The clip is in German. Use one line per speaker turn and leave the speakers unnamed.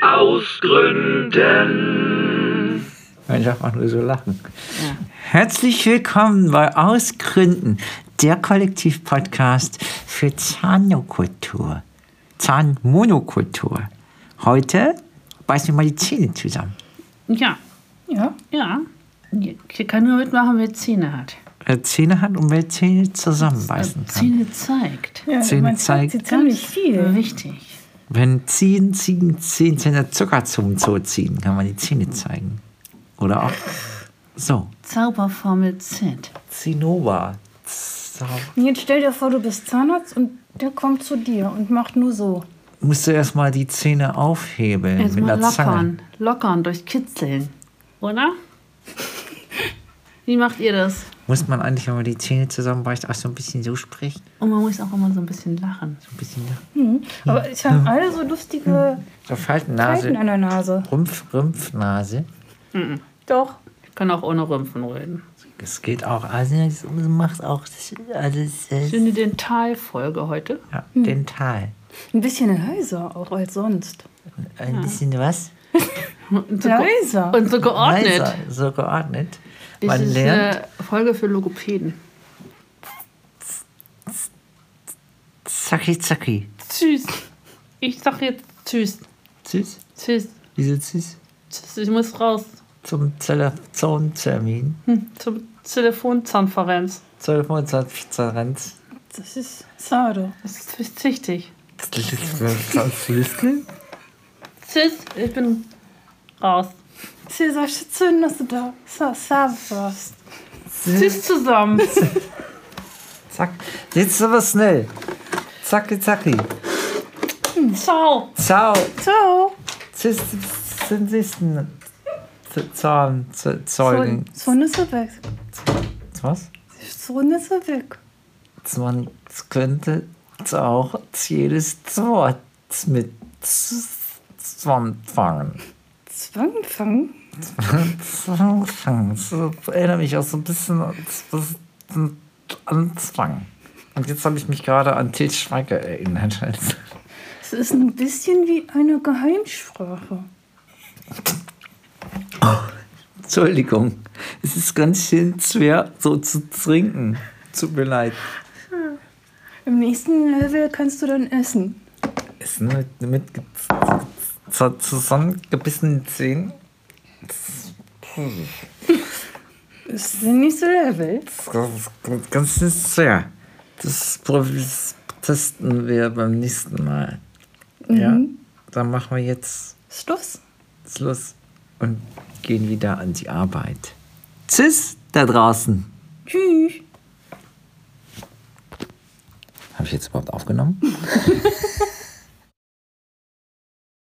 aus Gründen.
Ich darf auch nur so lachen. Herzlich willkommen bei Ausgründen, der Kollektivpodcast für Zahnkultur. Zahnmonokultur. Heute beißen wir mal die Zähne zusammen.
Ja,
Ja.
ja. Hier kann nur mitmachen, wer Zähne hat.
Wer Zähne hat und wer Zähne zusammenbeißen kann.
Zähne zeigt.
ja
Zähne
Äh, man zeigt sie
zeigt.
ziemlich viel.
Wichtig.
Wenn Ziehen, Ziehen, Ziehen, Zähne Zucker zum Zoo ziehen, kann man die Zähne zeigen. Oder auch so.
Zauberformel Z.
Zinnober. Zau-
Und jetzt stell dir vor, du bist Zahnarzt und der kommt zu dir und macht nur so.
Musst du erstmal die Zähne aufhebeln
Jetzt
mit
mal
einer Zange.
lockern. Lockern durch Kitzeln. Oder? Wie macht ihr das?
Muss man eigentlich, wenn man die Zähne zusammenbeißt, auch so ein bisschen so sprechen?
Und man muss auch immer so ein bisschen lachen.
So ein bisschen nach-
Mhm. Aber ich habe alle so lustige
so
Falten an
Faltennase,
der Nase.
Rumpf, Rümpfnase.
Doch.
Ich kann auch ohne Rümpfen reden.
Das geht auch. Also das macht auch das- also das ist,
Schöne Dentalfolge heute.
ja, dental.
Ein bisschen heiser auch als sonst.
Ein bisschen was?
Und so, ge
Leiser.
Oh und so geordnet.
Leiser, so geordnet.
Das
Man
ist
lernt.
eine Folge für Logopäden.
Zacki, zacki.
Tschüss. Ich sag jetzt Tschüss.
Tschüss.
Tschüss.
Wieso tschüss?
Tschüss. Ich muss raus. Hm,
Zum Telefontermin.
Zur Telefonzahnferenz.
Telefontransparenz.
Das ist schade.
Das ist wichtig.
Telefontransparenz.
Tschüss, ich bin raus.
Es ist ja so schön, dass du da so sauber warst.
Tschüss zusammen.
Zack. Jetzt aber schnell. Zacki, zacki.
Ciao.
Ciao.
Ciao.
Tschüss. Zinsen. Zahn. Z- Zeugen.
So eine ist sie weg.
Was?
So eine ist sie weg.
Man könnte auch jedes Wort mit Zwang fangen.
Zwang fangen.
Zwang fangen. So erinnere mich auch so ein bisschen an an- an Zwang. Und jetzt habe ich mich gerade an Til Schweiger erinnert. Also,
Es ist ein bisschen wie eine Geheimsprache.
Entschuldigung, es ist ganz schön schwer, so zu trinken. Tut mir leid.
Im nächsten Level kannst du dann essen.
Essen mit, mit ge- z- zusammengebissenen Zähnen.
Das ist der nächste Level.
Das ist ganz sicher. Das provis- testen wir beim nächsten Mal. Ja, dann machen wir jetzt
Schluss.
Schluss und gehen wieder an die Arbeit. Tschüss da draußen.
Tschüss.
Habe ich jetzt überhaupt aufgenommen?